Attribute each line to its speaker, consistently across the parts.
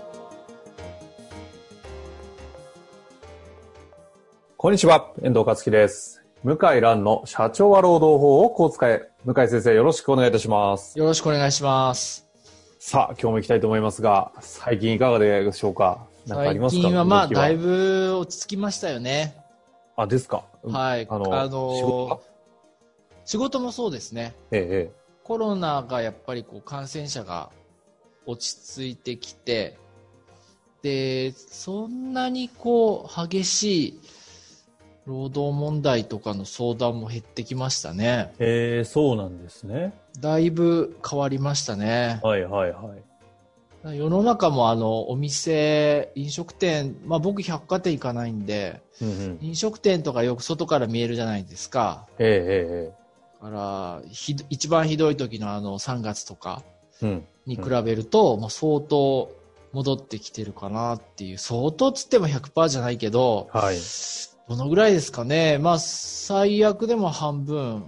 Speaker 1: こんにちは、遠藤克樹です。向井蘭の社長は労働法をこう使え。向井先生、よろしくお願いいたします。
Speaker 2: よろしくお願いします。
Speaker 1: さあ、今日も行きたいと思いますが、最近いかがでしょうかなんかあり
Speaker 2: 最
Speaker 1: ますか
Speaker 2: 近はまあ、
Speaker 1: 動きは
Speaker 2: だいぶ落ち着きましたよね。
Speaker 1: あ、ですか。
Speaker 2: はい。
Speaker 1: あ
Speaker 2: あ
Speaker 1: の
Speaker 2: の、
Speaker 1: 仕事は
Speaker 2: 仕事もそうですね。
Speaker 1: えええ
Speaker 2: コロナがやっぱりこう感染者が落ち着いてきて、で、そんなにこう激しい労働問題とかの相談も減ってきましたね。
Speaker 3: えー、そうなんですね。
Speaker 2: だいぶ変わりましたね。
Speaker 3: はいはいはい。
Speaker 2: 世の中もあの、お店、飲食店、まあ僕百貨店行かないんで、
Speaker 1: えうんうん
Speaker 2: 飲食店とかよく外から見えるじゃないですか。
Speaker 1: えええ
Speaker 2: だから、ひど一番ひどい時のあの3月とか
Speaker 1: えええうん。
Speaker 2: に比べると、もう相当戻ってきてるかなっていう、相当っつっても100%じゃないけど、
Speaker 1: はい。
Speaker 2: どのぐらいですかね。まあ、最悪でも半分。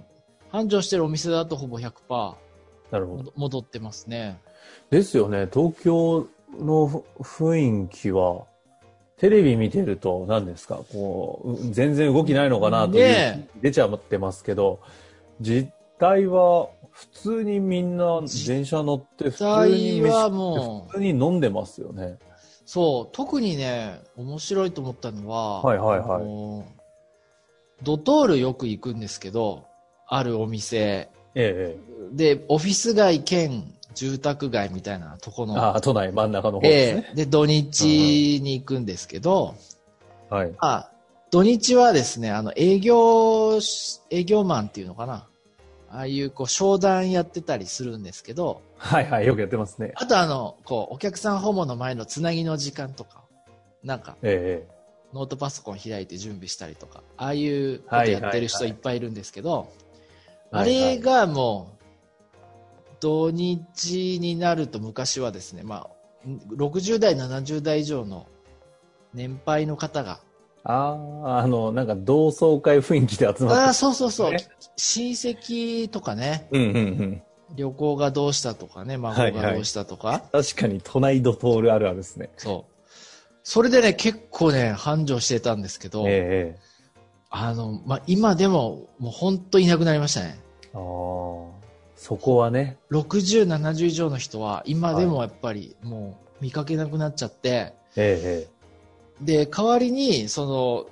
Speaker 2: 繁盛してるお店だとほぼ100%
Speaker 1: なるほど。
Speaker 2: 戻戻ってますね。
Speaker 1: ですよね、東京のふ雰囲気は、テレビ見てると何ですかこう、う全然動きないのかなという、
Speaker 2: ね
Speaker 1: 出ちゃってますけど、実態は普通にみんな電車乗って、普通に
Speaker 2: 実
Speaker 1: 飯
Speaker 2: 際は
Speaker 1: 食
Speaker 2: も
Speaker 1: って普
Speaker 2: う、
Speaker 1: 通に飲んでますよね。
Speaker 2: そう、特にね、面白いと思ったのは、
Speaker 1: はいはいはい
Speaker 2: あのドトールよく行くんですけど、あるお店。
Speaker 1: ええ
Speaker 2: で、オフィス街兼住宅街みたいなとこの、
Speaker 1: ああ、都内真ん中の方です
Speaker 2: え
Speaker 1: ね。
Speaker 2: えで、土日に行くんですけど、
Speaker 1: はい。
Speaker 2: あ、土日はですね、あの、営業し、営業マンっていうのかな。ああいう、こう、商談やってたりするんですけど、
Speaker 1: はいはい、よくやってますね。
Speaker 2: あとあの、こう、お客さん訪問の前のつなぎの時間とか、なんか、
Speaker 1: ええ
Speaker 2: ノートパソコン開いて準備したりとか、ああいうことやってる人いっぱいいるんですけど、あれ、がもう、土日になると昔はですね、まあ、ん60代、70代以上の年配の方が、
Speaker 1: ああ、あの、なんか同窓会雰囲気で集
Speaker 2: あ
Speaker 1: ま
Speaker 2: あ、
Speaker 1: って。
Speaker 2: そうそうそう、
Speaker 1: ね
Speaker 2: 親戚とかね、
Speaker 1: うんうんうん。
Speaker 2: 旅行がどうしたとかね、
Speaker 1: は
Speaker 2: 孫
Speaker 1: いはい
Speaker 2: がどうしたとか、
Speaker 1: 確かに都内ドトールあるあるですね。
Speaker 2: そう。それでね、結構ね、繁盛してたんですけど、
Speaker 1: ええ
Speaker 2: あの、まあ、今でも、もう本当いなくなりましたね。
Speaker 1: ああ、そこはね。
Speaker 2: 60、70以上の人は、今でもやっぱり、もう見かけなくなっちゃって、
Speaker 1: え
Speaker 2: で、代わりに、その、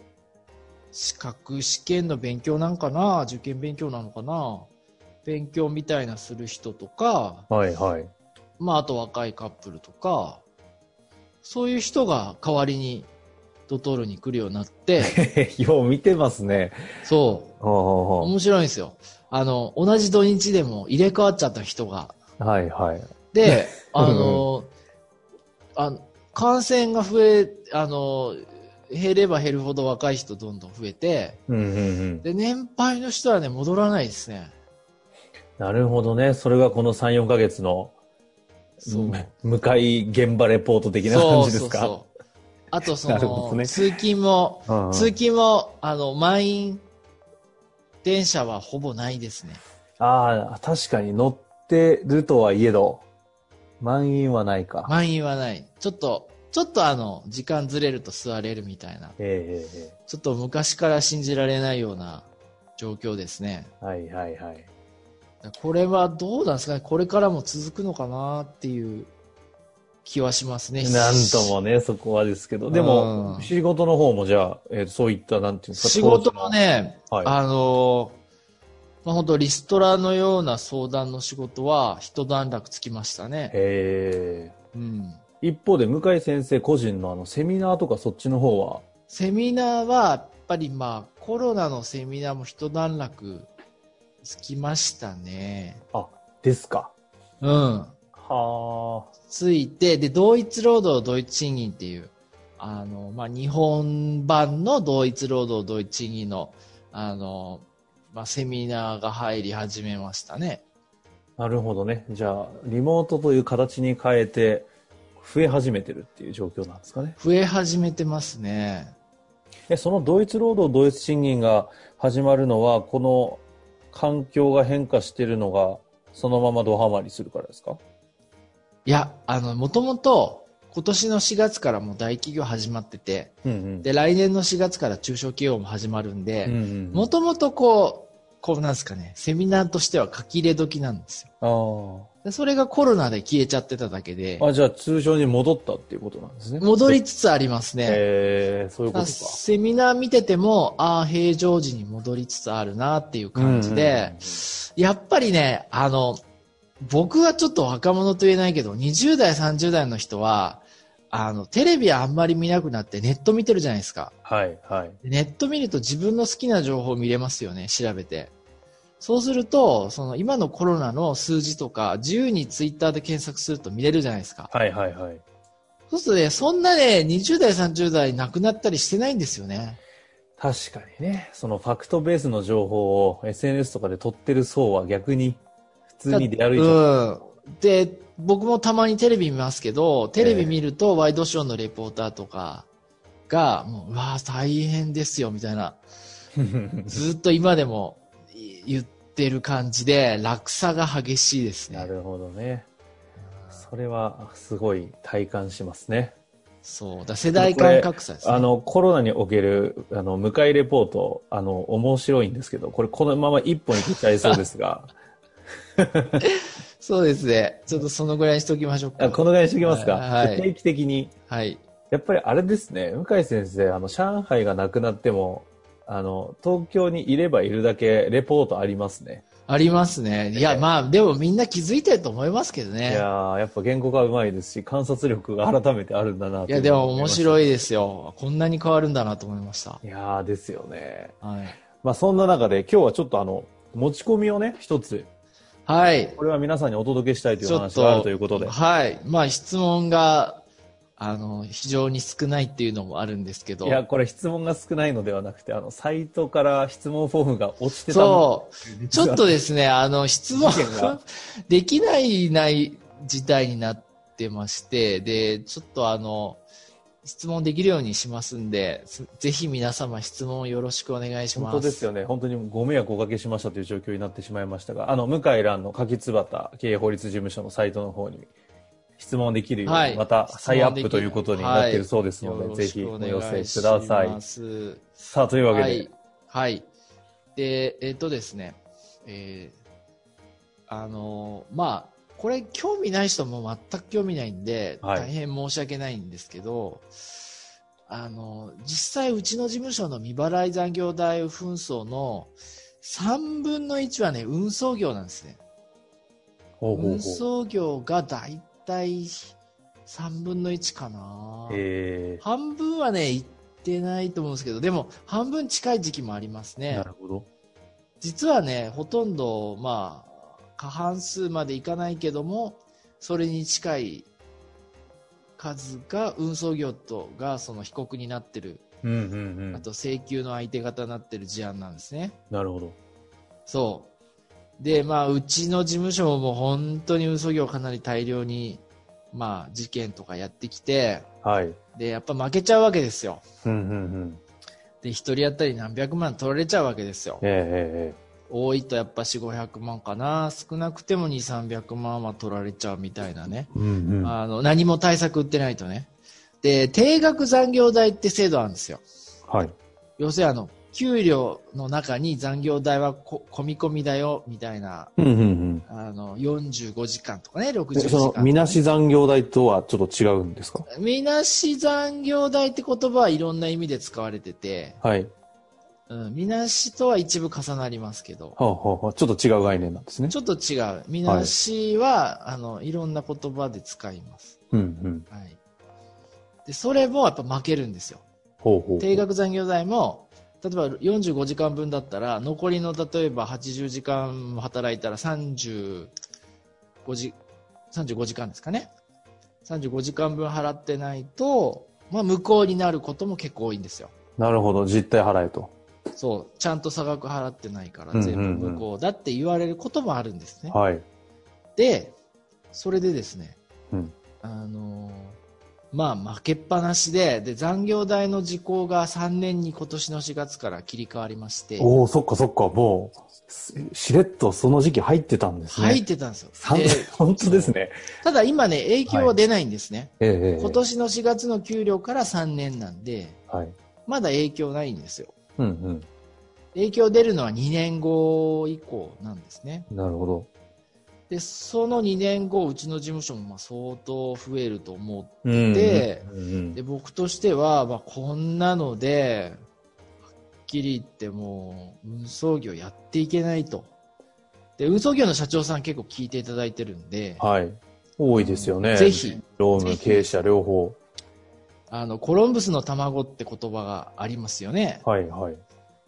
Speaker 2: 資格試験の勉強なんかな、受験勉強なのかな、勉強みたいなする人とか、
Speaker 1: えはいはい。
Speaker 2: まあ、あと若いカップルとか、そういう人が代わりにドトールに来るようになって、
Speaker 1: よう見てますね。
Speaker 2: そう、
Speaker 1: は
Speaker 2: 面白いんですよ。あの、同じ土日でも入れ替わっちゃった人が
Speaker 1: いはい。
Speaker 2: で、あの、あの感染が増え、あの、減れば減るほど若い人どんどん増えて、
Speaker 1: うんうんうん、
Speaker 2: で、年配の人はね、戻らないですね。
Speaker 1: なるほどね。それがこの3、4ヶ月の、
Speaker 2: そう
Speaker 1: む向かい現場レポート的な感じですか
Speaker 2: そうそうそうあと、そ
Speaker 1: なるほ
Speaker 2: の、
Speaker 1: どね
Speaker 2: 通勤も、
Speaker 1: うんうん
Speaker 2: 通勤も、あの、満員電車はほぼないですね。
Speaker 1: ああ、確かに乗ってるとはいえど、満員はないか。
Speaker 2: 満員はない。ちょっと、ちょっとあの、時間ずれると座れるみたいな、
Speaker 1: ええええ
Speaker 2: ちょっと昔から信じられないような状況ですね。
Speaker 1: ええはいはいはい。
Speaker 2: これはどうなんですかね、これからも続くのかなっていう気はしますね。
Speaker 1: なんともね、そこはですけど。で
Speaker 2: う
Speaker 1: も、
Speaker 2: ん
Speaker 1: 仕事の方もじゃあ、えーそういった、なんていうんですか。
Speaker 2: 仕事もね、
Speaker 1: はい
Speaker 2: あのーまあ、本当リストラのような相談の仕事は一段落つきましたね。
Speaker 1: ええ
Speaker 2: うん、
Speaker 1: 一方で向井先生個人のあのセミナーとかそっちの方は
Speaker 2: セミナーはやっぱりまあコロナのセミナーも一段落つきましたね。
Speaker 1: ですか
Speaker 2: うん。
Speaker 1: は
Speaker 3: は
Speaker 2: ついて、で、同一労働同一賃金っていう、あの、まあ、日本版の同一労働同一賃金の、あの、まあ、セミナーが入り始めましたね。
Speaker 1: なるほどね。じゃあ、リモートという形に変えて、増え始めてるっていう状況なんですかね。
Speaker 2: 増え始めてますね。
Speaker 1: え、その同一労働同一賃金が始まるのは、この環境が変化してるのが、そのままドハマりするからですか
Speaker 2: いや、あの、もともと、今年の4月からもう大企業始まってて、
Speaker 1: うんうん。
Speaker 2: で、来年の4月から中小企業も始まるん
Speaker 1: う
Speaker 2: で、
Speaker 1: んうん、
Speaker 2: もともとこう、こうなんですかね、セミナーとしては書き入れ時なんですよ。
Speaker 1: あ
Speaker 2: でそれがコロナで消えちゃってただけで
Speaker 1: あ。、あ、じゃあ通常に戻ったっていうことなんですね。
Speaker 2: 戻りつつありますね。
Speaker 1: えー、そういうこ
Speaker 2: ま
Speaker 1: とか。
Speaker 2: あセミナー見てても、ああ、平常時に戻りつつあるなっていう感
Speaker 1: う
Speaker 2: じ
Speaker 1: んうん
Speaker 2: で、やっぱりね、あの、僕はちょっと若者と言えないけど、20代、30代の人は、あの、テレビあんまり見なくなってネット見てるじゃないですか。
Speaker 1: はい、はい。
Speaker 2: でネット見ると自分の好きな情報見れますよね、調べて。そうすると、その今のコロナの数字とか、自由にツイッターで検索すると見れるじゃないですか。
Speaker 1: はい、はい、はい。
Speaker 2: そうするとね、そんなね、20代、30代なくなったりしてないんですよね。
Speaker 1: 確かにね、そのファクトベースの情報を SNS とかで取ってる層は逆に普通に出歩いちゃう。
Speaker 2: うん。で、僕もたまにテレビ見ますけど、テレビ見るとワイドショーのレポーターとかが、もう、うわあ大変ですよ、みたいな。ずっと今でもい言ってる感じで、落差が激しいです ね。
Speaker 1: なるほどね。それはすごい体感しますね。
Speaker 2: そう。だ世代間格差ですね。
Speaker 1: あの、コロナにおける、あの、向かいレポート、あの、面白いんですけど、これこのまま一本いけちゃいそうです が、
Speaker 2: そうですね。ちょっとそのぐらいにしときましょうか。
Speaker 1: あこのぐらいにしておきますか。
Speaker 2: はい
Speaker 1: 定期的に。
Speaker 2: はい。
Speaker 1: やっぱりあれですね、向井先生、あの、上海がなくなっても、あの、東京にいればいるだけレポートありますね。
Speaker 2: ありますね。いや、まあ、でもみんな気づいてると思いますけど
Speaker 1: い
Speaker 2: ね。
Speaker 1: やーやっぱ言語がうまいですし、観察力が改めてあるんだなと
Speaker 2: いや、でも面白
Speaker 1: い。
Speaker 2: いですよ。こんなに変わるんだなと思いました。
Speaker 1: いやーですよね。
Speaker 2: はい。
Speaker 1: まあ、そんな中で今日はちょっとあの、持ち込みをね、一つ、
Speaker 2: はい。
Speaker 1: これは皆さんにお届けしたいという
Speaker 2: ち
Speaker 1: お
Speaker 2: ょっ
Speaker 1: 話があるということで。
Speaker 2: はい。まあ、質問が、あの、非常に少ないっていうのもあるんですけど。
Speaker 1: いや、これ質問が少ないのではなくて、あの、サイトから質問フォームが落ちてた の
Speaker 2: そう。ちょっとで すね、あの、質問
Speaker 1: 意見が
Speaker 2: できない、ない事態になってまして、で、ちょっとあの、質問できるようにしますんで、すぜひ皆様質問よろしくお願いします。
Speaker 1: 本当ですよね。本当にご迷惑をおかけしましたという状況になってしまいましたが、あの、向井蘭の柿つばた経営法律事務所のサイトの方に質問できるように、
Speaker 2: はい
Speaker 1: また再アップということになっているそうですので、
Speaker 2: よろ
Speaker 1: ぜ
Speaker 2: し
Speaker 1: ひ
Speaker 2: く
Speaker 1: お
Speaker 2: お願い
Speaker 1: 寄せください
Speaker 2: し。ます
Speaker 1: さあ、というわけで、
Speaker 2: はい。はい。で、えっ、とですね、えーあのーまあ、これ興味ない人も全く興味ないんで、
Speaker 1: はい
Speaker 2: 大変申し訳ないんですけど、あのー実際うちの事務所の未払い残業代紛争の3分の1はね、運送業なんですね。
Speaker 1: ほうほうほう
Speaker 2: 運送業が大体3分の1かな。
Speaker 1: え
Speaker 2: 半分はね、行ってないと思うんですけど、でも半分近い時期もあります
Speaker 1: ー、
Speaker 2: ね
Speaker 1: な。るほど。
Speaker 2: 実はね、ほとんど、まあ、過半数までいかないけども、それに近い数が運送業とがその被告になってる、
Speaker 1: うんうんうん
Speaker 2: あ。と請求の相手方になってる事案なんですね。
Speaker 1: なるほど。
Speaker 2: そう。で、まあ、うちの事務所ももう本当に運送業かなり大量に、まあ、事件とかやってきて、
Speaker 1: はい。
Speaker 2: で、やっぱ負けちゃうわけですよ。
Speaker 1: うんうんうん。
Speaker 2: で、一人当たり何百万取られちゃうわけですよ。
Speaker 1: え
Speaker 2: 多いとやっぱ4、500万かな。少なくても2、300万は取られちゃうみたいなね。
Speaker 1: えー、えー。うんうん。
Speaker 2: あの、何も対策打ってないとね。で、定額残業代って制度あるんですよ。
Speaker 1: はい。
Speaker 2: 要するにあの、給料の中に残業代はこ込み込みだよ、みたいな。
Speaker 1: うんうんうん。
Speaker 2: あの、45時間とかね、60時
Speaker 1: え
Speaker 2: 間とかね、
Speaker 1: その、みなし残業代とはちょっと違うんですか
Speaker 2: みなし残業代って言葉はいろんな意味で使われてて、
Speaker 1: はい。
Speaker 2: うん、みなしとは一部重なりますけど。
Speaker 1: はあ、はあはあ、ちょっと違う概念なんですね。
Speaker 2: ちょっと違う。みなしは、い、あの、いろんな言葉で使います。
Speaker 1: うんうん。
Speaker 2: はい。で、それもやっぱ負けるんですよ。
Speaker 1: ほうほうほう。
Speaker 2: 定額残業代も、例えば45時間分だったら、残りの例えば80時間も働いたら35時、 35時間ですかね。35時間分払ってないと、まあ、無効になることも結構多いんですよ。
Speaker 1: なるほど、実態払えと。
Speaker 2: そう、ちゃんと差額払ってないから全部無効だって言われることもあるんですね。
Speaker 1: はい。
Speaker 2: で、それでですね、
Speaker 1: うん
Speaker 2: あのーまあ負けっぱなしで、で、残業代の時効が3年に今年の4月から切り替わりまして、
Speaker 1: おお、そっかそっか、もう、すしれっとその時期入ってたんですね。
Speaker 2: 入っ。てたんですよ。
Speaker 1: 三
Speaker 2: で
Speaker 1: 本当ですね。
Speaker 2: ただ今ね、影響は出ないんですね。
Speaker 1: ええええ
Speaker 2: 今年の4月の給料から3年なんで、
Speaker 1: はい。
Speaker 2: まだ影響ないんですよ。
Speaker 1: うんうん。
Speaker 2: 影響出るのは2年後以降なんですね。
Speaker 1: なるほど。
Speaker 2: で、その2年後、うちの事務所もまあ相当増えると思う。
Speaker 1: うん
Speaker 2: で
Speaker 1: うんうん
Speaker 2: で、僕としては、まあ、こんなので、はっきり言ってもう、運送業やっていけないと。で、運送業の社長さん結構聞いていただいてるんで、
Speaker 1: はい。多いですよね。
Speaker 2: ぜひ。
Speaker 1: 労務、経営者両方。
Speaker 2: あの、コロンブスの卵って言葉がありますよね。
Speaker 1: はいはい。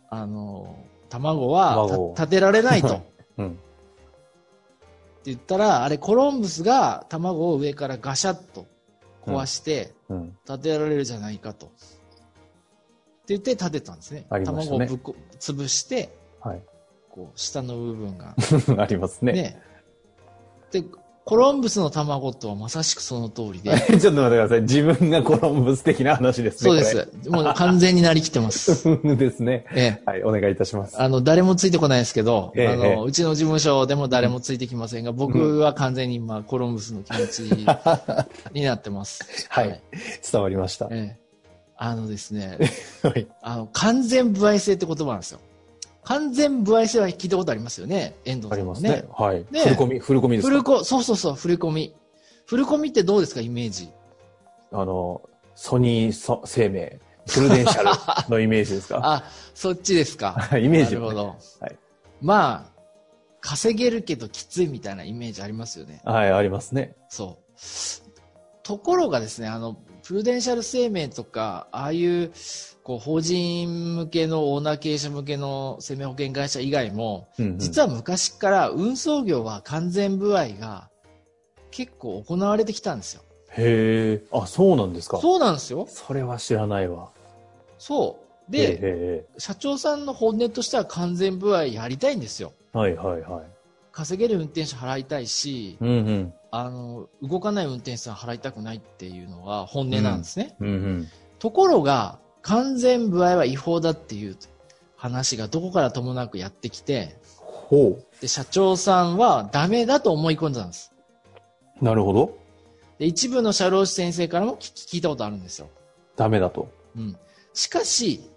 Speaker 2: あの、卵は
Speaker 1: 卵を
Speaker 2: た立てられない と。
Speaker 1: うん。
Speaker 2: って言ったら、あれ、コロンブスが卵を上からガシャッと壊して、
Speaker 1: うん。
Speaker 2: 立てられるじゃないかと。って言って立てたんですね。
Speaker 1: ありました
Speaker 2: 卵
Speaker 1: ね
Speaker 2: をぶっこ潰して、
Speaker 1: はい。
Speaker 2: こう、下の部分が。
Speaker 1: ありますね。
Speaker 2: ね。で、コロンブスの卵とはまさしくその通り で。
Speaker 1: ちょっと待ってください。自分がコロンブス的な話ですね。
Speaker 2: そうです。もう完全になりきって ます。
Speaker 1: これ。ですね。
Speaker 2: ええ。
Speaker 1: はい、お願いいたします。
Speaker 2: あの、誰もついてこないですけど、
Speaker 1: ええ
Speaker 2: あ
Speaker 1: ええ
Speaker 2: の、うちの事務所でも誰もついてきませんが、僕は完全に今、コロンブスの気持ちになってます。
Speaker 1: はい伝わりました。
Speaker 2: ええ、あのですね、
Speaker 1: はい。
Speaker 2: あの、完全歩合制って言葉なんですよ。完全歩合制は聞いたことありますよね、遠藤
Speaker 1: あ
Speaker 2: さ
Speaker 1: り
Speaker 2: ん
Speaker 1: ま
Speaker 2: も
Speaker 1: すね。。はい。
Speaker 2: ね
Speaker 1: 振り込み、振り込みです
Speaker 2: 振
Speaker 1: か
Speaker 2: り込、そうそうそう、振り込み。振り込みってどうですか、イメージ。
Speaker 1: あの、ソニーソ生命、プルデンシ ャルのイメージですか
Speaker 2: あ、そっちですか。
Speaker 1: イメージ
Speaker 2: なる
Speaker 1: は
Speaker 2: ほ
Speaker 1: ね
Speaker 2: ど。
Speaker 1: はい
Speaker 2: まあ、稼げるけどきついみたいなイメージありますよね。
Speaker 1: はい、ありますね。
Speaker 2: そう。ところがですね、あの、プルデンシャル生命とか、ああいう、こう、法人向けのオーナー経営者向けの生命保険会社以外も、実
Speaker 1: は、
Speaker 2: は昔から運送業は完全歩合が結構行われてきたんですよ。
Speaker 1: へえ、あ、そうなんですか
Speaker 2: そうなんですよ。
Speaker 1: それは知らないわ。
Speaker 2: そう。
Speaker 1: へえ
Speaker 2: で、
Speaker 1: へ
Speaker 2: 社長さんの本音としては完全歩合やりたいんですよ。
Speaker 1: えはいはいはい。
Speaker 2: 稼げる運転手払いたいし、
Speaker 1: うんうん。
Speaker 2: あの、動かない運転手さん払いたくないっていうのが本音なんですね。
Speaker 1: うんうん。
Speaker 2: ところが、完全歩合は違法だっていう話がどこからともなくやってきて、
Speaker 1: ほ
Speaker 2: で、社長さんはダメだと思い込んでたんです。
Speaker 1: う。なるほど。
Speaker 2: で、一部の社労士先生からも聞聞いたことあるんですよ。
Speaker 1: ダメだと。
Speaker 2: うん。しかし、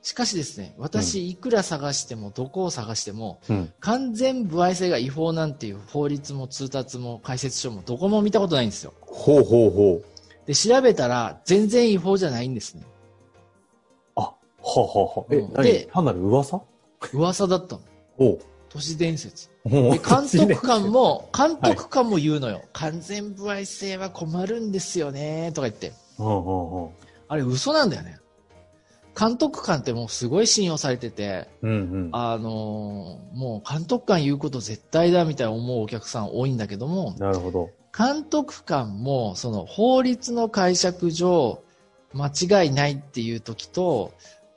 Speaker 2: しかしですね、私、いくら探しても、どこを探しても、
Speaker 1: うん。
Speaker 2: 完全歩合制が違法なんていう法律も通達も解説書もどこも見たことないんですよ。
Speaker 1: ほうほうほう。
Speaker 2: で、調べたら、全然違法じゃないんですね。
Speaker 1: あ、はあはあはあ。え、
Speaker 2: うんで
Speaker 1: 何単なる噂
Speaker 2: 噂だったの。
Speaker 1: おう。
Speaker 2: 都市伝説。
Speaker 1: も
Speaker 2: で監督官
Speaker 1: も。
Speaker 2: も、監督官も言うのよ。完全不合制は困るんですよね、とか言って。
Speaker 1: うんうんうん。
Speaker 2: あれ嘘なんだよね。監督官ってもうすごい信用されてて、
Speaker 1: うんうん。
Speaker 2: あのーもう監督官言うこと絶対だみたいな思うお客さん多いんだけども、
Speaker 1: なるほど。
Speaker 2: 監督官もその法律の解釈上間違いないっていう時と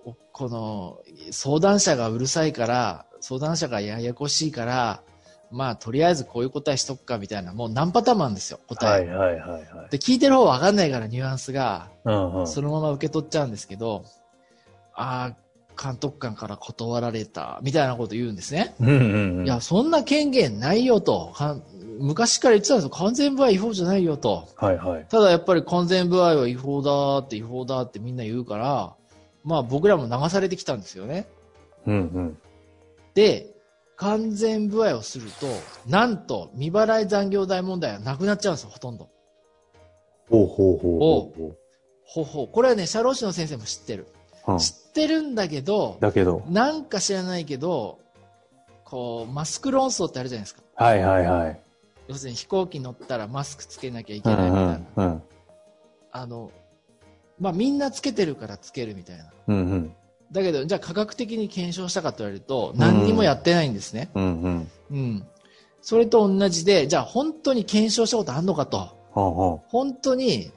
Speaker 2: おこの相談者がうるさいから相談者がややこしいからまあとりあえずこういう答えしとくかみたいなもう何パターンもあるんですよ答
Speaker 1: は
Speaker 2: え、
Speaker 1: いはいはいはい。
Speaker 2: で聞いてる方わかんないからニュアンスが
Speaker 1: うんうん。
Speaker 2: そのまま受け取っちゃうんですけど、ああ監督官から断られたみたいなこと言うんですね
Speaker 1: うんうんうん。
Speaker 2: いや、そんな権限ないよと。かん昔から言ってたんですよ。完全部は違法じゃないよと。
Speaker 1: はいはい。
Speaker 2: ただやっぱり完全部合は違法だって違法だってみんな言うから、まあ僕らも流されてきたんですよね。
Speaker 1: うんうん。
Speaker 2: で、完全部合をすると、なんと未払い残業代問題はなくなっちゃうんですよ、ほとんど。
Speaker 1: ほうほうほうほう
Speaker 2: ほうほう。これはね、社労士の先生も知ってる。
Speaker 1: ほう。うん
Speaker 2: 知ってるんだけど、
Speaker 1: だけど。
Speaker 2: なんか知らないけど、こう、マスク論争ってあるじゃないですか。
Speaker 1: はいはいはい。
Speaker 2: 要するに飛行機乗ったらマスクつけなきゃいけ
Speaker 1: う
Speaker 2: な
Speaker 1: ん
Speaker 2: いみたいな。
Speaker 1: うんうん。
Speaker 2: あの、まあ、みんなつけてるからつけるみたいな。
Speaker 1: うんうん。
Speaker 2: だけど、じゃあ科学的に検証したかと言われると、何にもやってないんですね。
Speaker 1: うんうん。
Speaker 2: うん。それと同じで、じゃあ本当に検証したことあんのかと。
Speaker 1: はあは
Speaker 2: 本当に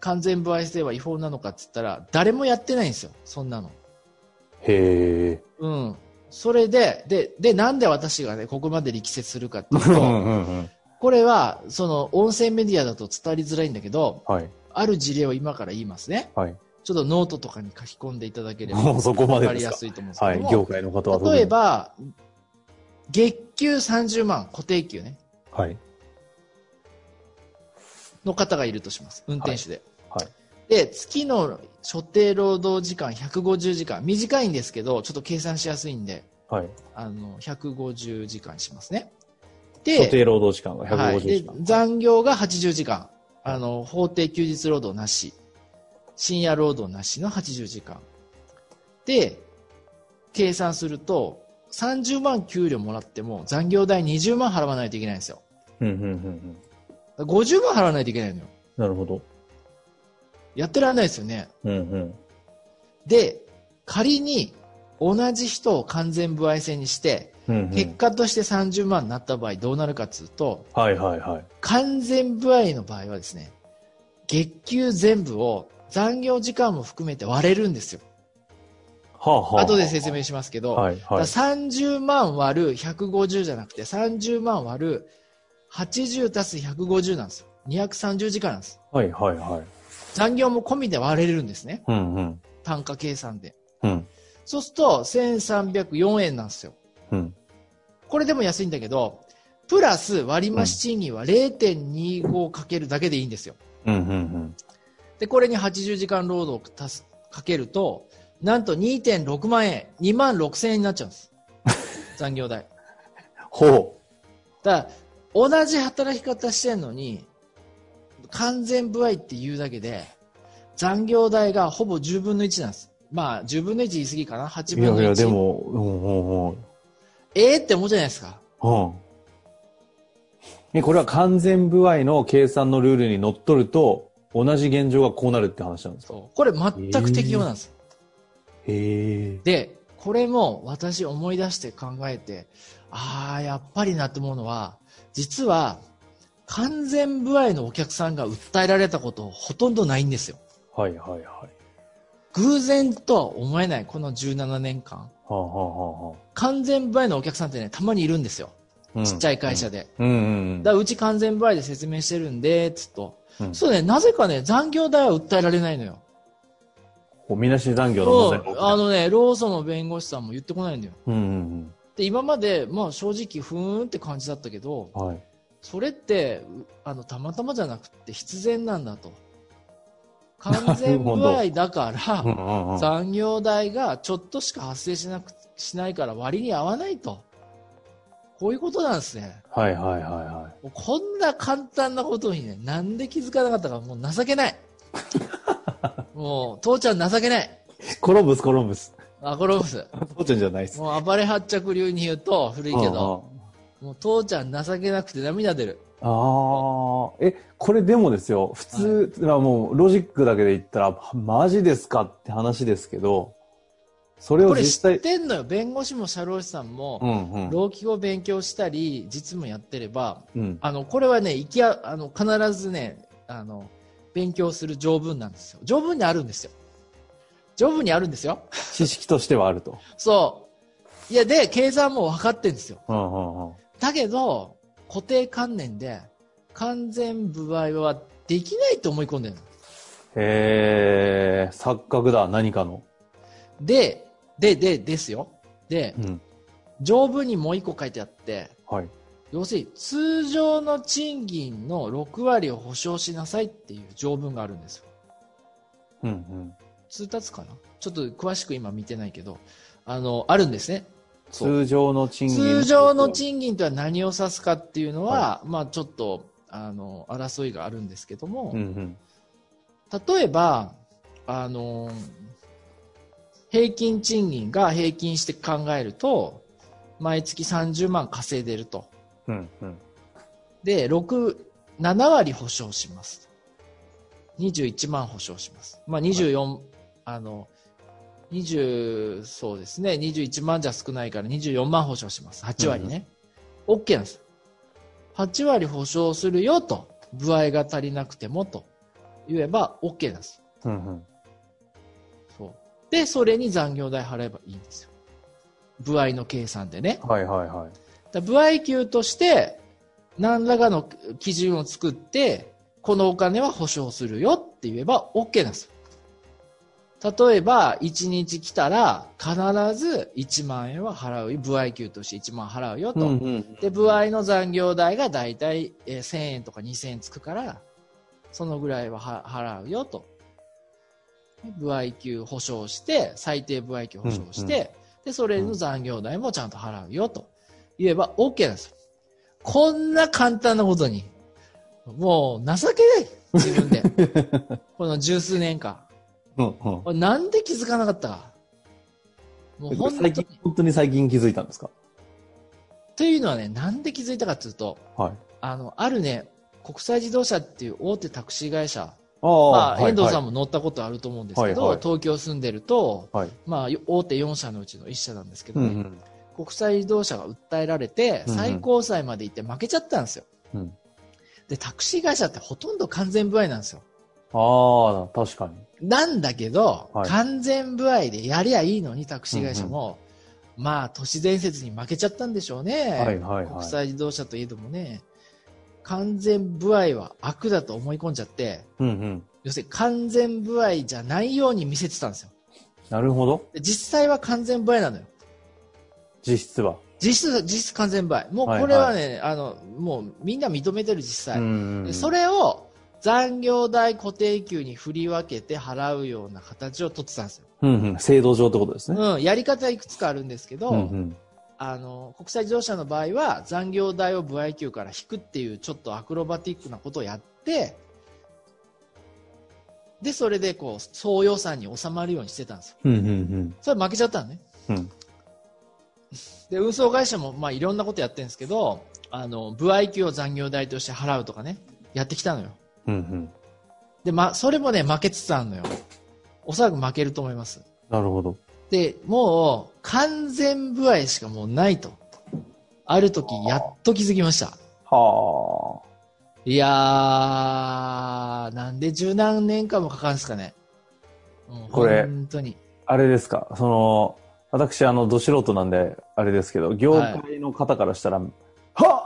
Speaker 2: 完全歩合制は違法なのかって言ったら、誰もやってないんですよ。そんなの。
Speaker 1: あ。へえ。
Speaker 2: うん。それで、で、で、なんで私がね、ここまで力説するかっていう
Speaker 1: う
Speaker 2: と、
Speaker 1: んうんうん。
Speaker 2: これは、その、音声メディアだと伝わりづらいんだけど、
Speaker 1: はい。
Speaker 2: ある事例を今から言いますね。
Speaker 1: はい。
Speaker 2: ちょっとノートとかに書き込んでいただければ、
Speaker 1: もうそこま
Speaker 2: わ
Speaker 1: で
Speaker 2: か
Speaker 1: で
Speaker 2: り
Speaker 1: す
Speaker 2: や
Speaker 1: か。
Speaker 2: すいと思うんです
Speaker 1: は
Speaker 2: け
Speaker 1: い
Speaker 2: ど。も、
Speaker 1: 業界の方は特に
Speaker 2: 例え。ば、月給30万、固定給ね、
Speaker 1: はい。
Speaker 2: の方がいるとします。運転手で。
Speaker 1: はいはい
Speaker 2: で、月の所定労働時間150時間。短いんですけど、ちょっと計算しやすいんで、
Speaker 1: はい。
Speaker 2: あの、150時間にしますね。
Speaker 1: 固
Speaker 2: で、
Speaker 1: 定労働時間が
Speaker 2: はい、
Speaker 1: 150
Speaker 2: で
Speaker 1: 時間。
Speaker 2: 残業が80時間。あの、法定休日労働なし。深夜労働なしの80時間。で、計算すると、30万給料もらっても残業代20万払わないといけないんですよ。
Speaker 1: うんうんうんうん。
Speaker 2: 50万払わないといけないのよ。
Speaker 1: なるほど。
Speaker 2: やってられないですよね。
Speaker 1: うんうん。
Speaker 2: で、仮に同じ人を完全歩合制にして、
Speaker 1: うんうん
Speaker 2: 結果として30万になった場合どうなるかっていうと、
Speaker 1: はいはいはい。
Speaker 2: 完全歩合の場合はですね、月給全部を残業時間も含めて割れるんですよ。
Speaker 1: はあはあ。
Speaker 2: 後で説明しますけど、
Speaker 1: はいはい
Speaker 2: だから30万割る150じゃなくて30万割る80足す150なんですよ。230時間なんです。
Speaker 1: はいはいはい。
Speaker 2: 残業も込みで割れるんですね。
Speaker 1: うんうん。
Speaker 2: 単価計算で。
Speaker 1: うん。
Speaker 2: そうすると、1304円なんですよ。
Speaker 1: うん。
Speaker 2: これでも安いんだけど、プラス割増賃金は0.25かけるだけでいいんですよ。
Speaker 1: うんうんうん。
Speaker 2: で、これに80時間労働を足す、かけると、なんと2.6万円、2万6千円になっちゃう んです。残業代。
Speaker 1: ほ
Speaker 2: だから、同じ働き方してんのに、完全不合っていうだけで、残業代がほぼ10分の1なんです。まあ、10分の1言い過ぎかな ?8
Speaker 1: う。いや
Speaker 2: 分の1。
Speaker 1: いや、でも、うんうんうん。
Speaker 2: ええって思うじゃないですか。
Speaker 1: うん。え、これは完全歩合の計算のルールにのっとると、同じ現状がこうなるって話なんですか
Speaker 2: そう。これ全く適用なんです。
Speaker 1: へえ。
Speaker 2: で、これも私思い出して考えて、ああ、やっぱりなと思うのは、実は完全不合のお客さんが訴えられたことほとんどないんですよ。
Speaker 1: はいはいはい。は
Speaker 2: 偶然とは思えない、この17年間。
Speaker 1: あはあはあは
Speaker 2: 完全不合のお客さんってね、たまにいるんですよ。
Speaker 1: あうん。
Speaker 2: ちっちゃい会社で。
Speaker 1: うんうん
Speaker 2: だからうち完全不合で説明してるんで、つっと。
Speaker 1: うん
Speaker 2: そうね、なぜかね、残業代は訴えられないのよ。
Speaker 1: うん。みなし残業の問題が起
Speaker 2: う
Speaker 1: き
Speaker 2: ん
Speaker 1: ない
Speaker 2: あのね、労組の弁護士さんも言ってこないんだよ。
Speaker 1: うんうん
Speaker 2: で、今まで、まあ正直、ふーんって感じだったけど、
Speaker 1: うん。はい。
Speaker 2: それってうあのたまたまじゃなくて必然なんだと完全不合だか
Speaker 1: うん
Speaker 2: ら
Speaker 1: うんうん。
Speaker 2: 残業代がちょっとしか発生しなくしないから割に合わないとこういうことなんですね
Speaker 1: はいはいはいは
Speaker 2: もうこんな簡単なことにねなんで気づかなかったかもう情 けないもう父ちゃん情けない
Speaker 1: い。コロンブスコロンブス。
Speaker 2: あコロブス
Speaker 1: 父ちゃんじゃないです。
Speaker 2: もう暴れ発着流に言うと古いけどもう父ちゃん情けなくて涙出る
Speaker 1: ああ、え、これでもですよ、普通、まあもうロジックだけで言ったら、マジですかって話ですけど、それ
Speaker 2: こ
Speaker 1: を
Speaker 2: れ
Speaker 1: 実
Speaker 2: 知っ
Speaker 1: 際、
Speaker 2: てんのよ弁護士も社労士さんも、
Speaker 1: うんうん。
Speaker 2: 老基法勉強したり実務やってれば
Speaker 1: うん。
Speaker 2: あのこれはね行きああの必ずねあの勉強する条文なんですよ条文にあるんですよ条文にあるんですよ
Speaker 1: 知識としてはあると。
Speaker 2: そういやで計算も分かってんですよ
Speaker 1: うんうんうん。
Speaker 2: だけど固定観念で完全不合はできないと思い込んでるの
Speaker 1: へえ、錯覚だ、何かの。
Speaker 2: でででですよで
Speaker 1: うん。
Speaker 2: 条文にもう一個書いてあって
Speaker 1: はい。
Speaker 2: 要するに通常の賃金の6割を保証しなさいっていう条文があるんですよ。
Speaker 1: うんうん。
Speaker 2: 通達かなちょっと詳しく今見てないけど、あの、あるんですね。そう
Speaker 1: 通常の賃金。
Speaker 2: 通常の賃金とは何を指すかっていうのは、まあちょっと、あの、争いがあるんですけども、
Speaker 1: うん
Speaker 2: 例えば、あの、平均賃金が平均して考えると、毎月30万稼いでると。
Speaker 1: うん。うんうん。
Speaker 2: で、6、7割保証します。21万保証します。まあ、24、あの、20、そうですね、21万じゃ少ないから24万保証します。8割ね。OK なんです。 8割保証するよと、部合が足りなくてもと言えば OK なんです。
Speaker 1: うんうん。
Speaker 2: そう。で、それに残業代払えばいいんですよ。部合の計算でね。
Speaker 1: はいはいはい。
Speaker 2: だ部合給として何らかの基準を作ってこのお金は保証するよって言えば OK なんですよ例えば1日来たら必ず1万円は払うよ部合給として1万払うよと、
Speaker 1: うん
Speaker 2: で部合の残業代がだいたいえー1000円とか2000円つくからそのぐらいはは払うよとで部合給保証して最低部合給保証して、でそれの残業代もちゃんと払うよと言えば OK なんですよこんな簡単なことにもう情けない自分で この十数年間
Speaker 1: うんうん。
Speaker 2: 俺なんで気づかなかったかもう本当
Speaker 1: 最近
Speaker 2: に、
Speaker 1: 本当に最近気づいたんですか
Speaker 2: というのはねなんで気づいたかというと
Speaker 1: はい。
Speaker 2: あの、あるね、国際自動車っていう大手タクシー会社、
Speaker 1: ああ、
Speaker 2: まあ、遠藤さん
Speaker 1: も。
Speaker 2: も乗ったことあると思うんですけど、
Speaker 1: はいはい
Speaker 2: 東京住んでると、
Speaker 1: はい。
Speaker 2: まあ、大手4社のうちの1社なんですけど
Speaker 1: うんう
Speaker 2: ね、
Speaker 1: ん。
Speaker 2: 国際自動車が訴えられて、
Speaker 1: うんうん
Speaker 2: 最高裁まで行って負けちゃったんですよ。
Speaker 1: うん
Speaker 2: で、タクシー会社ってほとんど完全不合なんですよ。
Speaker 1: ああ、確かに。
Speaker 2: なんだけど、
Speaker 1: はい
Speaker 2: 完全不合でやりゃいいのに、タクシー会社も、まあ、都市伝説に負けちゃったんでしょうね。
Speaker 1: はいはい
Speaker 2: 国
Speaker 1: はい。
Speaker 2: 際自動車といえどもね、完全不合は悪だと思い込んじゃって、
Speaker 1: うんうん。
Speaker 2: 要するに完全不合じゃないように見せてたんですよ。
Speaker 1: なるほど。
Speaker 2: で実際は完全不合なのよ。
Speaker 1: 実質は。
Speaker 2: 実質、実質完全不合。もうこれはね、あの、もうみんな認めてる実際。
Speaker 1: ん
Speaker 2: でそれを残業代固定給に振り分けて払うような形を取ってたんですよ。
Speaker 1: うんうん。制度上ってことですね。
Speaker 2: うん、やり方はいくつかあるんですけど、
Speaker 1: うんうん。
Speaker 2: あの、国際自動車の場合は残業代を部合給から引くっていうちょっとアクロバティックなことをやって、で、それでこう、総予算に収まるようにしてたんですよ。
Speaker 1: うんうん
Speaker 2: それ負けちゃったのね。
Speaker 1: うん
Speaker 2: で、運送会社もまあいろんなことやってるんですけど、あの、部合給を残業代として払うとかね、やってきたのよ。
Speaker 1: うん。うんうん。
Speaker 2: で、ま、それもね、負けつつあるのよ。おそらく負けると思います。
Speaker 1: なるほど。
Speaker 2: で、もう完全不合しかもうないと。ある時、やっと気づきました。
Speaker 1: はい
Speaker 2: やー、なんで十何年間もかかるんですかね。もう
Speaker 1: これ
Speaker 2: 本当に。
Speaker 1: あ。あれですか、その、私、あの、ど素人なんで、あれですけど、業界の方からしたら、は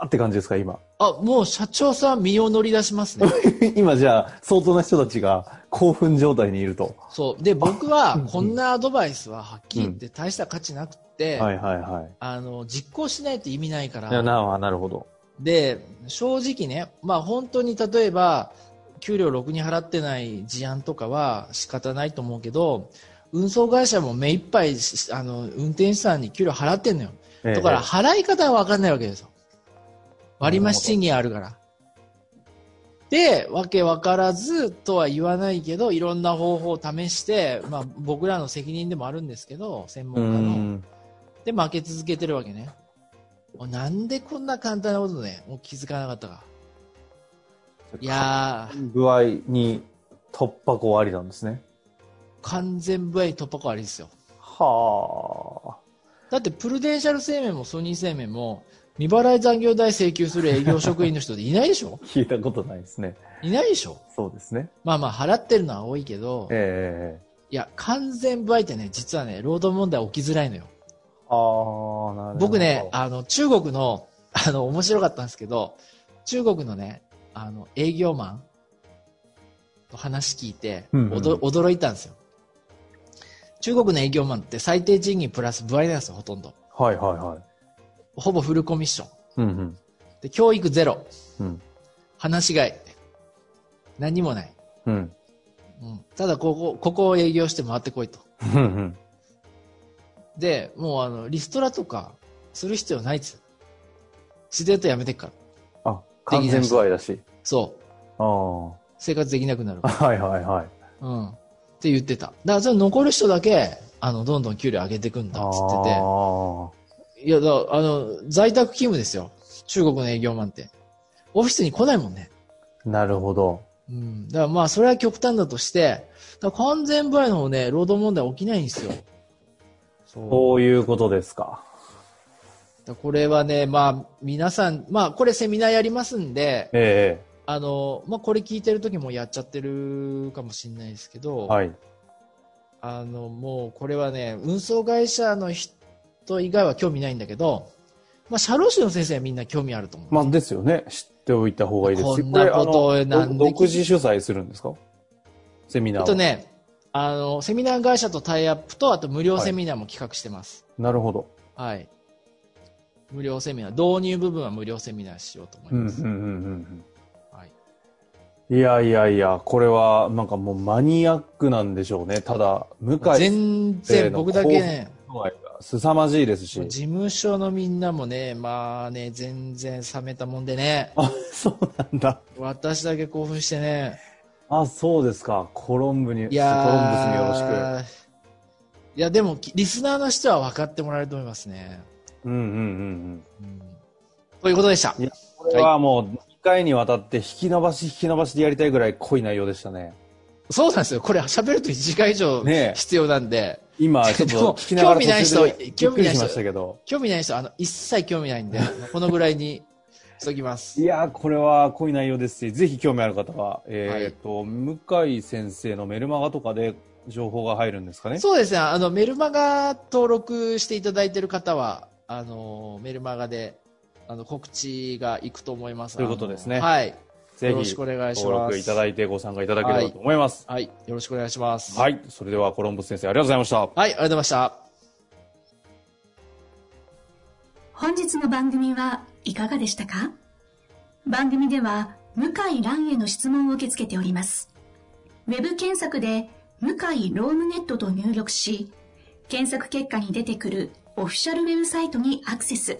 Speaker 1: ぁって感じですか、今。
Speaker 2: あ、もう社長さん身を乗り出しますね。
Speaker 1: 今じゃあ、相当な人たちが興奮状態にいると。
Speaker 2: そう。で、僕は、こんなアドバイスははっきり言って大した価値なくって、
Speaker 1: はいはいはい。
Speaker 2: あの、実行しないと意味ないか
Speaker 1: いや、
Speaker 2: ら。
Speaker 1: なあなるほど。
Speaker 2: で、正直ね、まあ本当に例えば、給料ろくに払ってない事案とかは仕方ないと思うけど、運送会社も目いっぱいし、あの、運転手さんに給料払ってんのよ。
Speaker 1: ええ
Speaker 2: だから、払い方は分かんないわけですよ。割増賃金あるから。で、わけ分からずとは言わないけど、いろんな方法を試して、まあ僕らの責任でもあるんですけど、専
Speaker 1: う
Speaker 2: 門家の。
Speaker 1: ん。
Speaker 2: で、負け続けてるわけね。もうなんでこんな簡単なことね、もう気づかなかったか。いやー、
Speaker 1: 具合に突破口ありなんですね。
Speaker 2: 完全不合突破口ありですよ。
Speaker 1: は
Speaker 2: だって、プルデンシャル生命もソニー生命も、未払い残業代請求する営業職員の人でいないでしょ
Speaker 1: あ。聞いたことないですね。
Speaker 2: いないでしょ
Speaker 1: そうですね。
Speaker 2: まあまあ、払ってるのは多いけど、
Speaker 1: ええ
Speaker 2: いや、完全不合ってね、実はね、労働問題起きづらいのよ。
Speaker 1: ああ、なるほど。
Speaker 2: 僕ね、あの、中国の、あの、面白かったんですけど、中国のね、あの、営業マンの話聞いて、
Speaker 1: うんうん
Speaker 2: おど驚いたんですよ。中国の営業マンって最低賃金プラス不合なんですよ、ほとんど。
Speaker 1: はいはいはい。
Speaker 2: ほぼフルコミッション。
Speaker 1: うんうん。
Speaker 2: で、教育ゼロ。
Speaker 1: うん。
Speaker 2: 話しがい。何にもない。
Speaker 1: うん。
Speaker 2: うん。ただ、ここ、ここを営業して回ってこいと。
Speaker 1: うんうん。
Speaker 2: で、もうあの、リストラとかする必要ないっつ。自然とやめてっから。
Speaker 1: あ、完全不合だし。
Speaker 2: そ
Speaker 1: あ
Speaker 2: う。
Speaker 1: あ。は
Speaker 2: 生活できなくなる。
Speaker 1: い はいはい。
Speaker 2: うん。って言ってた。だから、それ残る人だけ、あの、どんどん給料上げてくんだっつってて。
Speaker 1: あ
Speaker 2: いや、だあの、在宅勤務ですよ。中国の営業マンって。オフィスに来ないもんね。
Speaker 1: あ。なるほど。
Speaker 2: うん。だからまあ、それは極端だとして、だから完全部合の方ね、労働問題起きないんですよ。そう。
Speaker 1: そういうことですか。
Speaker 2: これはね、まあ、皆さん、まあ、これセミナーやりますんで、
Speaker 1: え
Speaker 2: あの、まあ、これ聞いてる時もやっちゃってるかもしれないですけ
Speaker 1: え
Speaker 2: ど、
Speaker 1: はい。
Speaker 2: あの、もうこれはね、運送会社の人以外は興味ないんだけど、まあ、社労士の先生はみんな興味あると思う。
Speaker 1: まあ、ですよね。知っておいた方がいいですし
Speaker 2: こんなこと
Speaker 1: れあの
Speaker 2: なんで
Speaker 1: 独自主催するんですかセミナーは
Speaker 2: えっとね、あの、セミナー会社とタイアップと、あと無料セミナーも企画してます。
Speaker 1: なるほど。
Speaker 2: はい。無料セミナー、導入部分は無料セミナーしようと思い
Speaker 1: うん、うん、
Speaker 2: ま
Speaker 1: うん
Speaker 2: す。
Speaker 1: うん
Speaker 2: はい。
Speaker 1: うん。いやいやいや、これはなんかもうマニアックなんでしょうね。ただ、向井先
Speaker 2: 全然僕だけね、
Speaker 1: 生愛が凄まじいですし
Speaker 2: 事。務所のみんなもね、まあね、全然冷めたもんでね、
Speaker 1: あ、そうなんだ。
Speaker 2: 私だけ興奮してね、
Speaker 1: あ、そうですか。コロンブに、
Speaker 2: いや
Speaker 1: コロンブスによろしく。
Speaker 2: しく。いや、でも、リスナーの人は分かってもらえると思いますね。
Speaker 1: うんうんうんうん。
Speaker 2: うんということでした。
Speaker 1: いやこれはもう2回にわたって引き伸ばし引き伸ばしでやりたいぐらい濃い内容でしたね。
Speaker 2: そうなんですよ。これ喋ると1時間以上
Speaker 1: ねえ
Speaker 2: 必要なんで、
Speaker 1: 今ちょっ
Speaker 2: でも
Speaker 1: と聞きながら
Speaker 2: 興味ない人
Speaker 1: 途中でびっくりしましたけど。
Speaker 2: 興味ない人はあの一切興味な いんで、このぐらいにしときます
Speaker 1: い。やー、これは濃い内容ですし、ぜひ興味ある方は、
Speaker 2: はい
Speaker 1: えっ、と、向井先生のメルマガとかで情報が入るんですかね。
Speaker 2: そうですね。あの、メルマガ登録していただいている方は、あの、メルマガで、あの、告知がいくと思います。
Speaker 1: ということですね
Speaker 2: あのはい。
Speaker 1: ぜ
Speaker 2: よろし
Speaker 1: ひ
Speaker 2: くお願いします。
Speaker 1: 登録いただいてご参加いただければと思います。
Speaker 2: はい。よろしくお願いします。
Speaker 1: はい。それではコロンブス先生ありがとうございました。
Speaker 2: はい。ありがとうございました。
Speaker 4: 本日の番組はいかがでしたか番組では向井蘭への質問を受け付けております。ウェブ検索で向井ロームネットと入力し、検索結果に出てくるオフィシャルウェブサイトにアクセス。